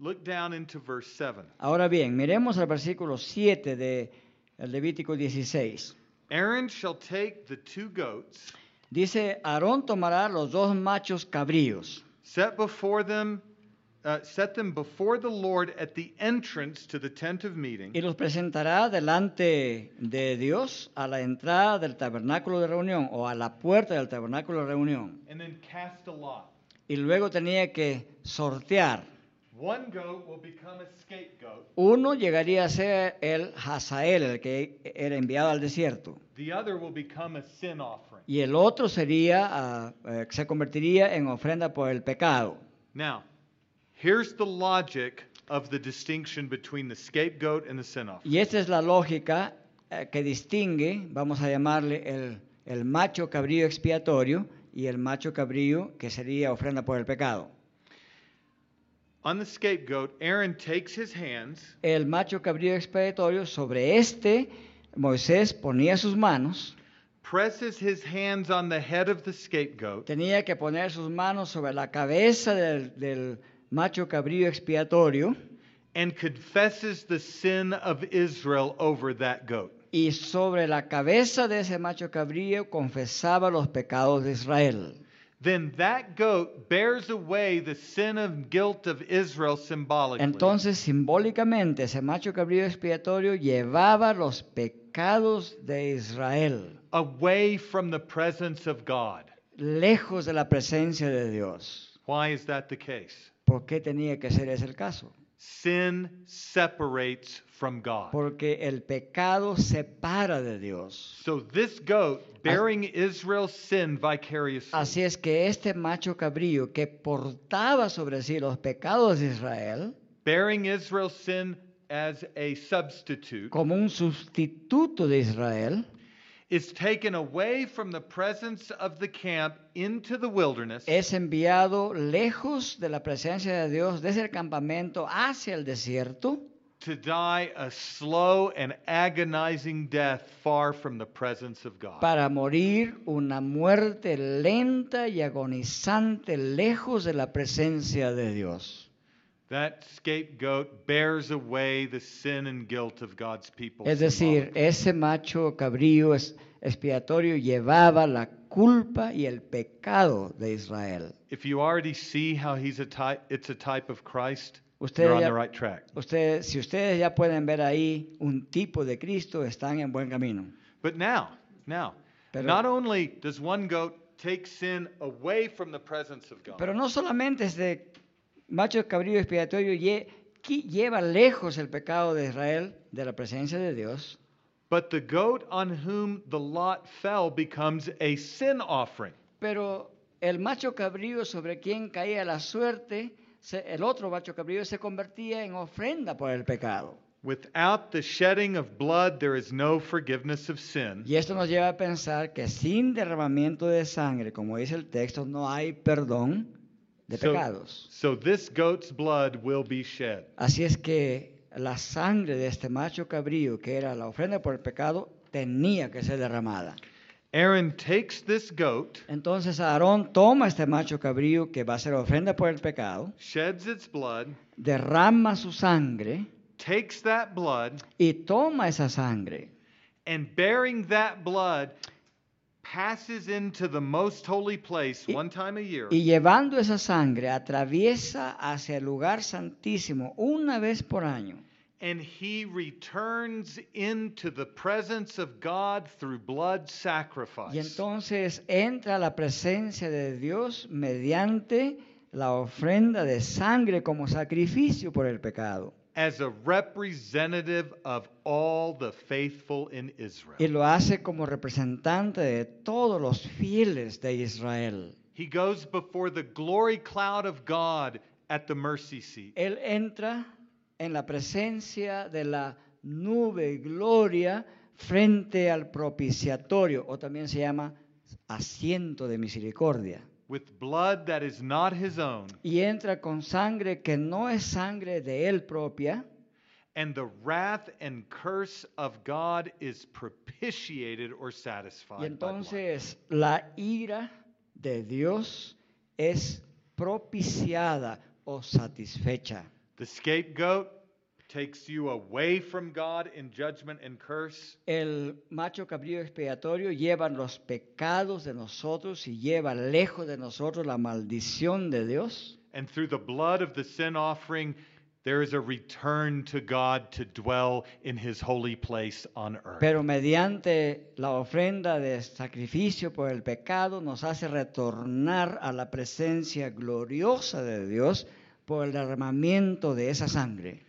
Speaker 2: look down into verse 7.
Speaker 1: Ahora bien, miremos al versículo 7 de el Levítico 16.
Speaker 2: Aaron shall take the two goats,
Speaker 1: Dice, Aarón tomará los dos machos cabríos
Speaker 2: set before them. Uh, set them before the Lord at the entrance to the tent of meeting.
Speaker 1: y los presentará delante de Dios a la entrada del tabernáculo de reunión o a la puerta del tabernáculo de reunión.
Speaker 2: and then cast a lot.
Speaker 1: y luego tenía que sortear.
Speaker 2: One goat will become a scapegoat,
Speaker 1: Uno llegaría a ser el Hazael, el que era enviado al desierto,
Speaker 2: the other will become a sin offering.
Speaker 1: y el otro sería, ah, eh, se convertiría en ofrenda por el pecado.
Speaker 2: Now, here's the logic of the distinction between the scapegoat and the sin offering.
Speaker 1: Y esta es la lógica eh, que distingue, vamos a llamarle el, el macho cabrío expiatorio y el macho cabrío que sería ofrenda por el pecado.
Speaker 2: On the scapegoat, Aaron takes his hands
Speaker 1: El macho cabrío expiatorio, sobre este Moisés ponía sus manos.
Speaker 2: presses his hands on the head of the scapegoat,
Speaker 1: tenía que poner sus manos sobre la cabeza del, del macho cabrío expiatorio,
Speaker 2: and confesses the sin of Israel over that goat.
Speaker 1: y sobre la cabeza de ese macho cabrío confesaba los pecados de Israel.
Speaker 2: Then that goat bears away the sin of guilt of Israel symbolically.
Speaker 1: Entonces, simbólicamente, ese macho cabrío expiatorio llevaba los pecados de Israel
Speaker 2: away from the presence of God.
Speaker 1: lejos de la presencia de Dios.
Speaker 2: Why is that the case?
Speaker 1: ¿Por qué tenía que ser ese el caso?
Speaker 2: Sin separates from God.
Speaker 1: Porque el pecado separa de Dios.
Speaker 2: So this goat bearing Israel's sin vicariously
Speaker 1: Así es que este macho cabrío que portaba sobre sí los pecados de Israel,
Speaker 2: bearing Israel's sin as a substitute
Speaker 1: como un sustituto de Israel,
Speaker 2: is taken away from the presence of the camp into the wilderness
Speaker 1: es enviado lejos de la presencia de Dios desde el campamento hacia el desierto
Speaker 2: to die a slow and agonizing death far from the presence of God.
Speaker 1: para morir una muerte lenta y agonizante lejos de la presencia de Dios.
Speaker 2: That scapegoat bears away the sin and guilt of God's people.
Speaker 1: Es decir,
Speaker 2: symbolically.
Speaker 1: ese macho cabrío es- expiatorio llevaba la culpa y el pecado de Israel.
Speaker 2: if you already see how he's a type, it's a type of Christ,
Speaker 1: Usted
Speaker 2: you're on
Speaker 1: ya-
Speaker 2: the right track.
Speaker 1: Ustedes, si ustedes ya pueden ver ahí un tipo de Cristo, están en buen camino.
Speaker 2: But now, now,
Speaker 1: Pero-
Speaker 2: not only does one goat take sin away from the presence of God,
Speaker 1: Pero no solamente este macho cabrío expiatorio lle- qui- lleva lejos el pecado de Israel de la presencia de Dios,
Speaker 2: but the goat on whom the lot fell becomes a sin offering.
Speaker 1: pero el macho cabrío sobre quien caía la suerte, se- el otro macho cabrío se convertía en ofrenda por el pecado.
Speaker 2: Without the shedding of blood, there is no forgiveness of sin.
Speaker 1: Y esto nos lleva a pensar que sin derramamiento de sangre, como dice el texto, no hay perdón de
Speaker 2: So,
Speaker 1: pecados.
Speaker 2: so this goat's blood will be shed.
Speaker 1: Así es que la sangre de este macho cabrío, que era la ofrenda por el pecado, tenía que ser derramada.
Speaker 2: Aaron takes this goat,
Speaker 1: Entonces Aarón toma este macho cabrío que va a ser ofrenda por el pecado,
Speaker 2: sheds its blood,
Speaker 1: derrama su sangre
Speaker 2: takes that blood,
Speaker 1: y toma esa sangre
Speaker 2: and bearing that blood, passes into the most holy place
Speaker 1: Y-
Speaker 2: one time a year.
Speaker 1: y llevando esa sangre atraviesa hacia el lugar santísimo una vez por año
Speaker 2: And he returns into the presence of God through blood sacrifice.
Speaker 1: y entonces entra a la presencia de Dios mediante la ofrenda de sangre como sacrificio por el pecado
Speaker 2: as a representative of all the faithful in Israel.
Speaker 1: y lo hace como representante de todos los fieles de Israel.
Speaker 2: he goes before the glory cloud of God at the mercy seat.
Speaker 1: Él entra en la presencia de la nube y gloria frente al propiciatorio, o también se llama asiento de misericordia.
Speaker 2: With blood that is not his own,
Speaker 1: Y entra con sangre que no es sangre de él propia,
Speaker 2: and the wrath and curse of God is propitiated or satisfied.
Speaker 1: y
Speaker 2: by blood.
Speaker 1: entonces la ira de Dios es propiciada o satisfecha.
Speaker 2: the scapegoat takes you away from God in judgment and curse.
Speaker 1: El macho cabrío expiatorio lleva los pecados de nosotros y lleva lejos de nosotros la maldición de Dios.
Speaker 2: And through the blood of the sin offering, there is a return to God to dwell in his holy place on earth.
Speaker 1: Pero mediante la ofrenda de sacrificio por el pecado nos hace retornar a la presencia gloriosa de Dios por el derramamiento de esa sangre.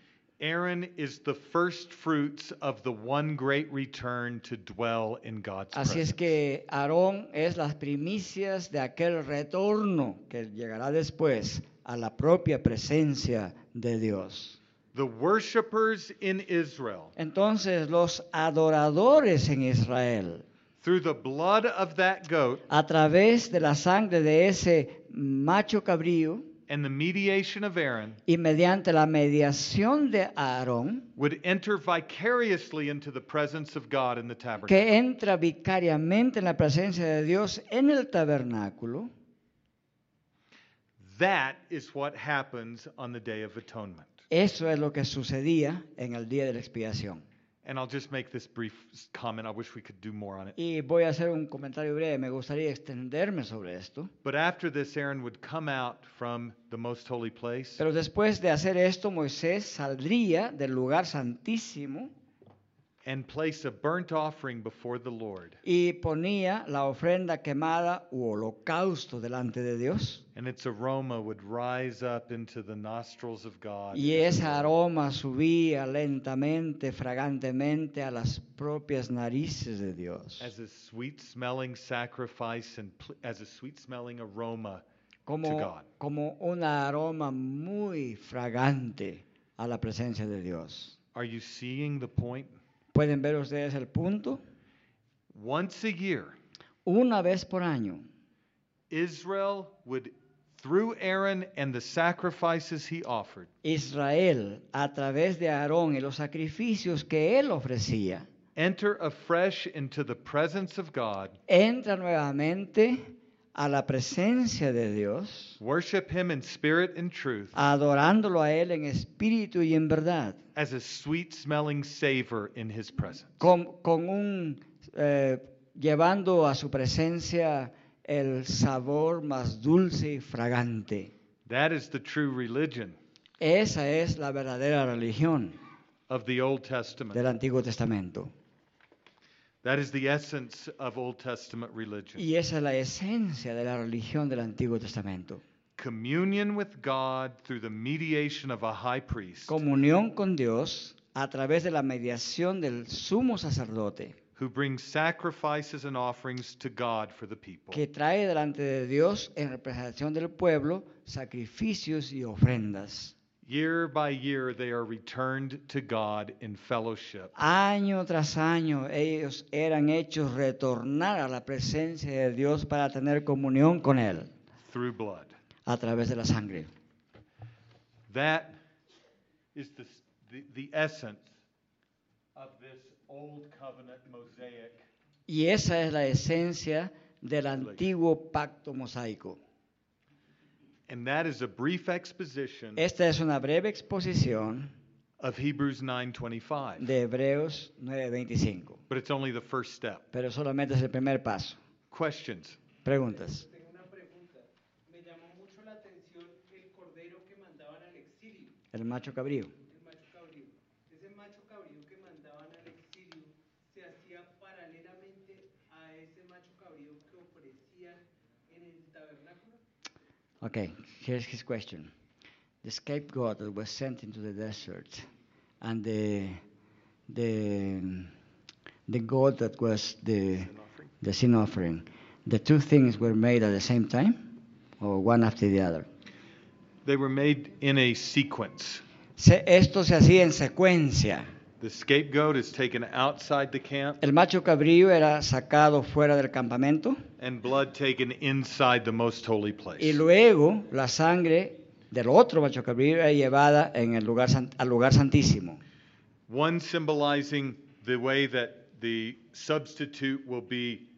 Speaker 2: Aaron is the first fruits of the one great return to dwell in God's
Speaker 1: Así
Speaker 2: presence.
Speaker 1: es que Aarón es las primicias de aquel retorno que llegará después a la propia presencia de Dios.
Speaker 2: the worshipers in Israel,
Speaker 1: Entonces los adoradores en Israel,
Speaker 2: through the blood of that goat
Speaker 1: a través de la sangre de ese macho cabrío
Speaker 2: and the mediation of Aaron,
Speaker 1: y mediante la mediación de Aarón,
Speaker 2: would enter vicariously into the presence of God in the tabernacle.
Speaker 1: que entra vicariamente en la presencia de Dios en el tabernáculo,
Speaker 2: That is what happens on the Day of Atonement.
Speaker 1: Eso es lo que sucedía en el día de la expiación.
Speaker 2: And I'll just make this brief comment. I wish we could do more on it.
Speaker 1: Y voy a hacer un comentario breve, me gustaría extenderme sobre esto.
Speaker 2: But after this, Aaron would come out from the most holy place
Speaker 1: Pero después de hacer esto, Moisés saldría del lugar santísimo
Speaker 2: and place a burnt offering before the Lord.
Speaker 1: y ponía la ofrenda quemada u holocausto delante de Dios.
Speaker 2: And its aroma would rise up into the nostrils of God.
Speaker 1: Y ese aroma subía lentamente, fragantemente a las propias narices de Dios,
Speaker 2: as a sweet smelling sacrifice and pl- as a sweet smelling aroma to
Speaker 1: como,
Speaker 2: God.
Speaker 1: como un aroma muy fragante a la presencia de Dios.
Speaker 2: Are you seeing the point?
Speaker 1: ¿Pueden ver ustedes el punto?
Speaker 2: Once a year,
Speaker 1: Una vez por año,
Speaker 2: Israel would, through Aaron and the sacrifices he offered,
Speaker 1: Israel, a través de Aarón y los sacrificios que él ofrecía,
Speaker 2: enter afresh into the presence of God,
Speaker 1: entra nuevamente a la presencia de Dios,
Speaker 2: worship him in spirit and truth,
Speaker 1: adorándolo a él en espíritu y en verdad,
Speaker 2: as a sweet smelling savor in his presence.
Speaker 1: con, con un eh, llevando a su presencia el sabor más dulce y fragante.
Speaker 2: That is the true religion
Speaker 1: Esa es la verdadera religión
Speaker 2: of the Old Testament.
Speaker 1: del Antiguo Testamento.
Speaker 2: that is the essence of Old Testament religion.
Speaker 1: Y esa es la esencia de la religión del Antiguo Testamento.
Speaker 2: communion with God through the mediation of a high priest
Speaker 1: Comunión con Dios a través de la mediación del sumo sacerdote.
Speaker 2: who brings sacrifices and offerings to God for the people.
Speaker 1: que trae delante de Dios en representación del pueblo sacrificios y ofrendas.
Speaker 2: Year by year, they are returned to God in fellowship.
Speaker 1: Año tras año ellos eran hechos retornar a la presencia de Dios para tener comunión con Él
Speaker 2: Through blood.
Speaker 1: a través de la sangre.
Speaker 2: That is the, the, the essence of this Old Covenant Mosaic
Speaker 1: Y esa es la esencia del antiguo pacto mosaico.
Speaker 2: And that is a brief exposition
Speaker 1: Esta es una breve exposición
Speaker 2: of Hebrews 9:25.
Speaker 1: de Hebreos 9:25,
Speaker 2: But it's only the first step.
Speaker 1: pero solamente es el primer paso.
Speaker 2: Questions?
Speaker 1: Preguntas.
Speaker 3: Tengo una pregunta. Me llamó mucho la atención el cordero que mandaban al exilio,
Speaker 1: El macho cabrío.
Speaker 3: el macho cabrío. Ese macho cabrío que mandaban al exilio se hacía paralelamente a ese macho cabrío que ofrecían en el tabernáculo.
Speaker 1: Okay, here's his question. The scapegoat that was sent into the desert, and the the the goat that was the the sin offering, the two things were made at the same time, or one after the other.
Speaker 2: They were made in a sequence.
Speaker 1: Se- esto se hacía en secuencia.
Speaker 2: The scapegoat is taken outside the camp
Speaker 1: El macho cabrío era sacado fuera del campamento
Speaker 2: and blood taken inside the most holy place.
Speaker 1: y luego la sangre del otro macho cabrío era llevada en el lugar san- al lugar santísimo.
Speaker 2: One symbolizing the way that the substitute will be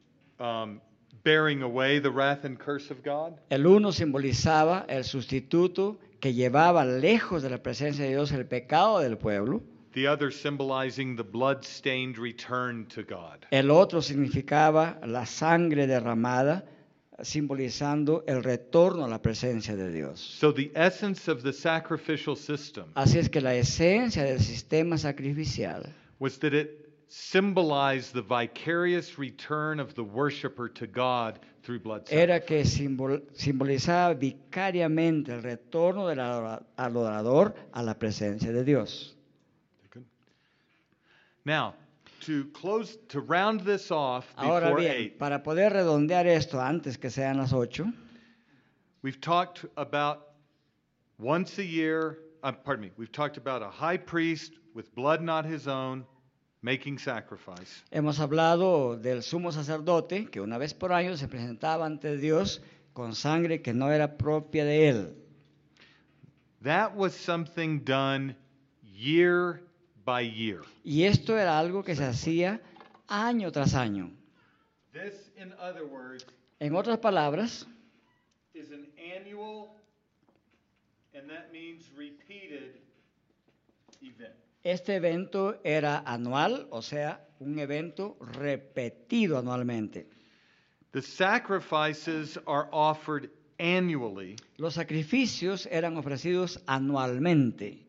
Speaker 2: um, bearing away the wrath and curse of God,
Speaker 1: El uno simbolizaba el sustituto que llevaba lejos de la presencia de Dios el pecado del pueblo.
Speaker 2: the other symbolizing the blood stained return to God.
Speaker 1: El otro significaba la sangre derramada, simbolizando el retorno a la presencia de Dios.
Speaker 2: So the essence of the sacrificial system
Speaker 1: Así es que la esencia del sistema sacrificial
Speaker 2: was that it symbolized the vicarious return of the worshiper to God through blood
Speaker 1: era
Speaker 2: sacrifice.
Speaker 1: que simbol- simbolizaba vicariamente el retorno del adora- adorador a la presencia de Dios.
Speaker 2: Now, to close, to round this off
Speaker 1: Ahora
Speaker 2: before
Speaker 1: bien,
Speaker 2: eight,
Speaker 1: para poder redondear esto antes que sean las ocho,
Speaker 2: we've talked about once a year, uh, pardon me, we've talked about a high priest with blood not his own making sacrifice.
Speaker 1: Hemos hablado del sumo sacerdote que una vez por año se presentaba ante Dios con sangre que no era propia de él.
Speaker 2: That was something done year by year.
Speaker 1: Y esto era algo que se hacía año tras año.
Speaker 2: This, in other words,
Speaker 1: En otras palabras,
Speaker 2: is an annual
Speaker 4: and that means repeated event.
Speaker 1: Este evento era anual, o sea, un evento repetido anualmente.
Speaker 2: The sacrifices are offered annually
Speaker 1: Los sacrificios eran ofrecidos anualmente.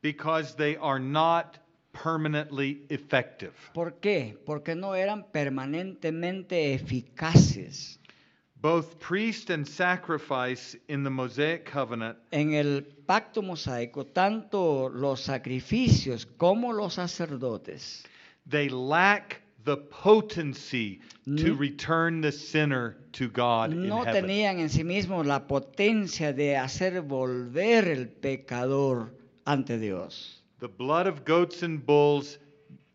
Speaker 2: because they are not permanently effective.
Speaker 1: ¿Por qué? Porque no eran permanentemente eficaces.
Speaker 2: Both priest and sacrifice in the Mosaic covenant
Speaker 1: En el pacto mosaico, tanto los sacrificios como los sacerdotes
Speaker 2: they lack the potency to
Speaker 1: Mm.
Speaker 2: return the sinner to God in
Speaker 1: no
Speaker 2: heaven.
Speaker 1: tenían en sí mismos la potencia de hacer volver el pecador ante Dios.
Speaker 2: The blood of goats and bulls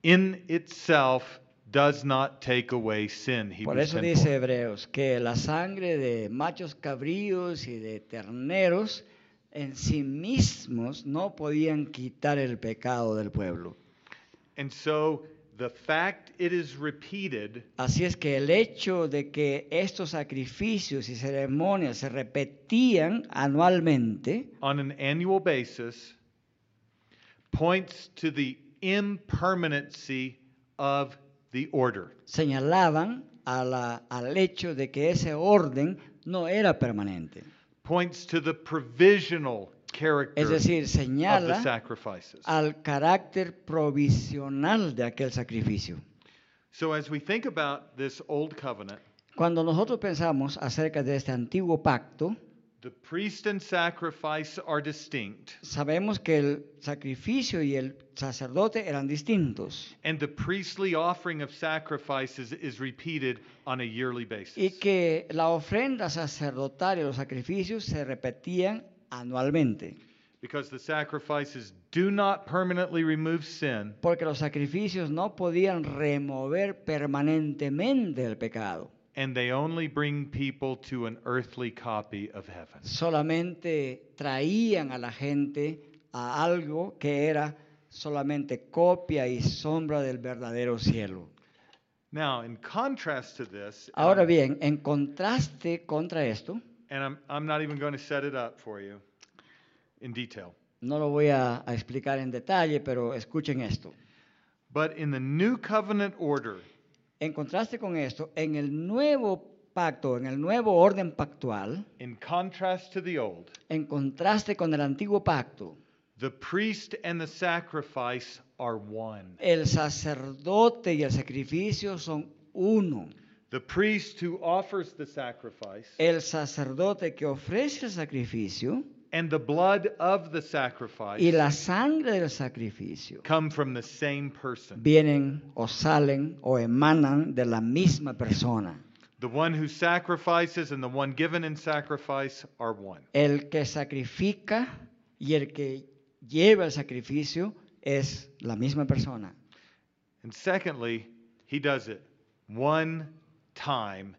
Speaker 2: in itself does not take away sin.
Speaker 1: Por
Speaker 2: Hebrews
Speaker 1: eso
Speaker 2: 10:4.
Speaker 1: dice Hebreos que la sangre de machos cabríos y de terneros en sí mismos no podían quitar el pecado del pueblo.
Speaker 2: And so the fact it is repeated
Speaker 1: Así es que el hecho de que estos sacrificios y ceremonias se repetían anualmente
Speaker 2: on an annual basis points to the impermanency of the order.
Speaker 1: señalaban a la- al hecho de que ese orden no era permanente.
Speaker 2: Points to the provisional character
Speaker 1: Es decir,
Speaker 2: of the
Speaker 1: señala
Speaker 2: sacrifices.
Speaker 1: al carácter provisional de aquel sacrificio.
Speaker 2: So as we think about this old covenant,
Speaker 1: Cuando nosotros pensamos acerca de este antiguo pacto,
Speaker 2: the priest and sacrifice are distinct.
Speaker 1: sabemos que el sacrificio y el sacerdote eran distintos.
Speaker 2: And the priestly offering of sacrifices is repeated on a yearly basis.
Speaker 1: y que la ofrenda sacerdotal y los sacrificios se repetían anualmente,
Speaker 2: Because the sacrifices do not permanently remove sin,
Speaker 1: porque los sacrificios no podían remover permanentemente el pecado,
Speaker 2: and they only bring people to an earthly copy of heaven.
Speaker 1: solamente traían a la gente a algo que era solamente copia y sombra del verdadero cielo.
Speaker 2: Now, in contrast to this, and
Speaker 1: Ahora
Speaker 2: I'm-
Speaker 1: bien, en contraste contra esto,
Speaker 2: and I'm, I'm not even going to set it up for you in detail,
Speaker 1: no lo voy a, a explicar en detalle, pero escuchen esto.
Speaker 2: but in the new covenant order,
Speaker 1: En contraste con esto, en el nuevo pacto, en el nuevo orden pactual,
Speaker 2: in contrast to the old,
Speaker 1: en contraste con el antiguo pacto,
Speaker 2: the priest and the sacrifice are one.
Speaker 1: el sacerdote y el sacrificio son uno.
Speaker 2: The priest who offers the sacrifice
Speaker 1: El sacerdote que ofrece el sacrificio
Speaker 2: and the blood of the sacrifice
Speaker 1: y la sangre del sacrificio
Speaker 2: come from the same person.
Speaker 1: vienen o salen o emanan de la misma persona.
Speaker 2: The one who sacrifices and the one given in sacrifice are one.
Speaker 1: El que sacrifica y el que lleva el sacrificio es la misma persona.
Speaker 2: And secondly, he does it one time,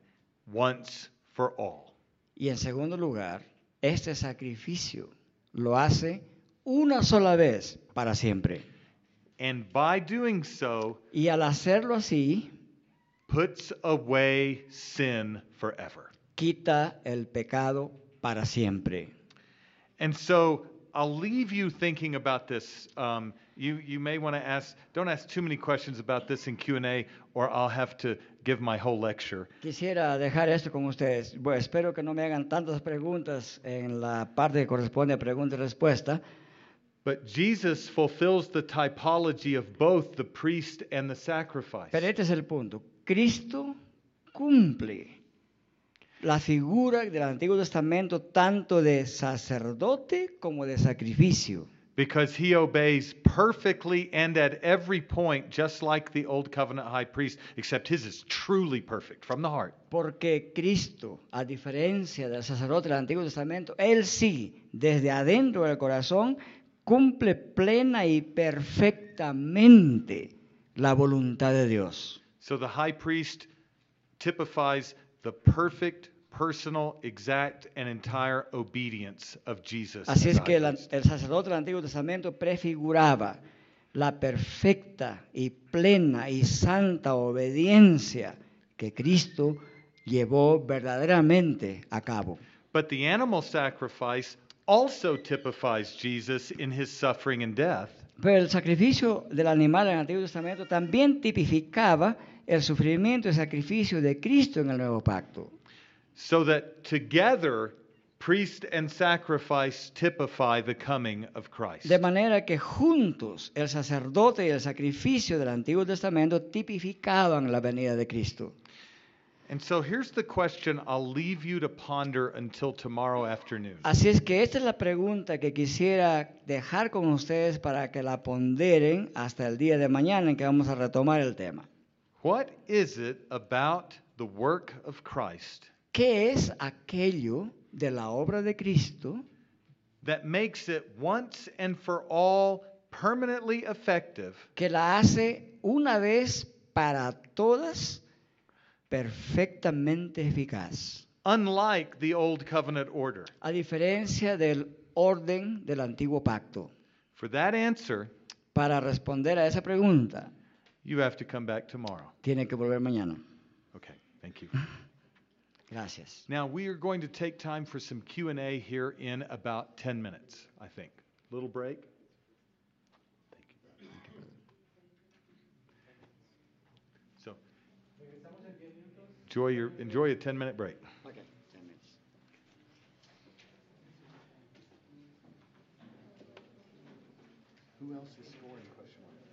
Speaker 2: once for all.
Speaker 1: Y en segundo lugar, este sacrificio lo hace una sola vez para siempre.
Speaker 2: And by doing so,
Speaker 1: Y al hacerlo así,
Speaker 2: puts away sin forever.
Speaker 1: quita el pecado para siempre.
Speaker 2: And so I'll leave you thinking about this. Um, you, you may want to ask, don't ask too many questions about this in Q&A or I'll have to give my whole lecture.
Speaker 1: Quisiera dejar esto con ustedes. Bueno, espero que no me hagan tantas preguntas en la parte que corresponde a pregunta y respuesta,
Speaker 2: But Jesus fulfills the typology of both the priest and the sacrifice.
Speaker 1: pero este es el punto. Cristo cumple la figura del Antiguo Testamento tanto de sacerdote como de sacrificio.
Speaker 2: Because he obeys perfectly and at every point, just like the old covenant high priest, except his is truly perfect from the heart.
Speaker 1: Porque Cristo, a diferencia del sacerdote del Antiguo Testamento, él sí, desde adentro del corazón, cumple plena y perfectamente la voluntad de Dios.
Speaker 2: So the high priest typifies the perfect, personal, exact, and entire obedience of Jesus.
Speaker 1: Así
Speaker 2: as
Speaker 1: es
Speaker 2: a
Speaker 1: que el,
Speaker 2: high
Speaker 1: an-
Speaker 2: priest.
Speaker 1: el sacerdote del Antiguo Testamento prefiguraba la perfecta y plena y santa obediencia que Cristo llevó verdaderamente a cabo.
Speaker 2: But the animal sacrifice also typifies Jesus in his suffering and death.
Speaker 1: Pero el sacrificio del animal en el Antiguo Testamento también tipificaba el sufrimiento y sacrificio de Cristo en el Nuevo Pacto.
Speaker 2: so that together priest and sacrifice typify the coming of Christ.
Speaker 1: De manera que juntos el sacerdote y el sacrificio del Antiguo Testamento tipificaban la venida de Cristo.
Speaker 2: And so here's the question I'll leave you to ponder until tomorrow afternoon.
Speaker 1: Así es que esta es la pregunta que quisiera dejar con ustedes para que la ponderen hasta el día de mañana en que vamos a retomar el tema.
Speaker 2: What is it about the work of Christ
Speaker 1: ¿Qué es aquello de la obra de Cristo
Speaker 2: that makes it once and for all permanently effective
Speaker 1: que la hace una vez para todas perfectamente eficaz?
Speaker 2: unlike the old covenant order?
Speaker 1: A diferencia del orden del antiguo pacto.
Speaker 2: For that answer,
Speaker 1: Para responder a esa pregunta,
Speaker 2: you have to come back tomorrow.
Speaker 1: tiene que volver mañana.
Speaker 2: Okay, thank you.
Speaker 1: Gracias.
Speaker 2: Now we are going to take time for some Q&A here in about 10 minutes, I think. Little break. Thank you. Thank you. So enjoy your enjoy a 10-minute break.
Speaker 4: Who else is scoring question mark?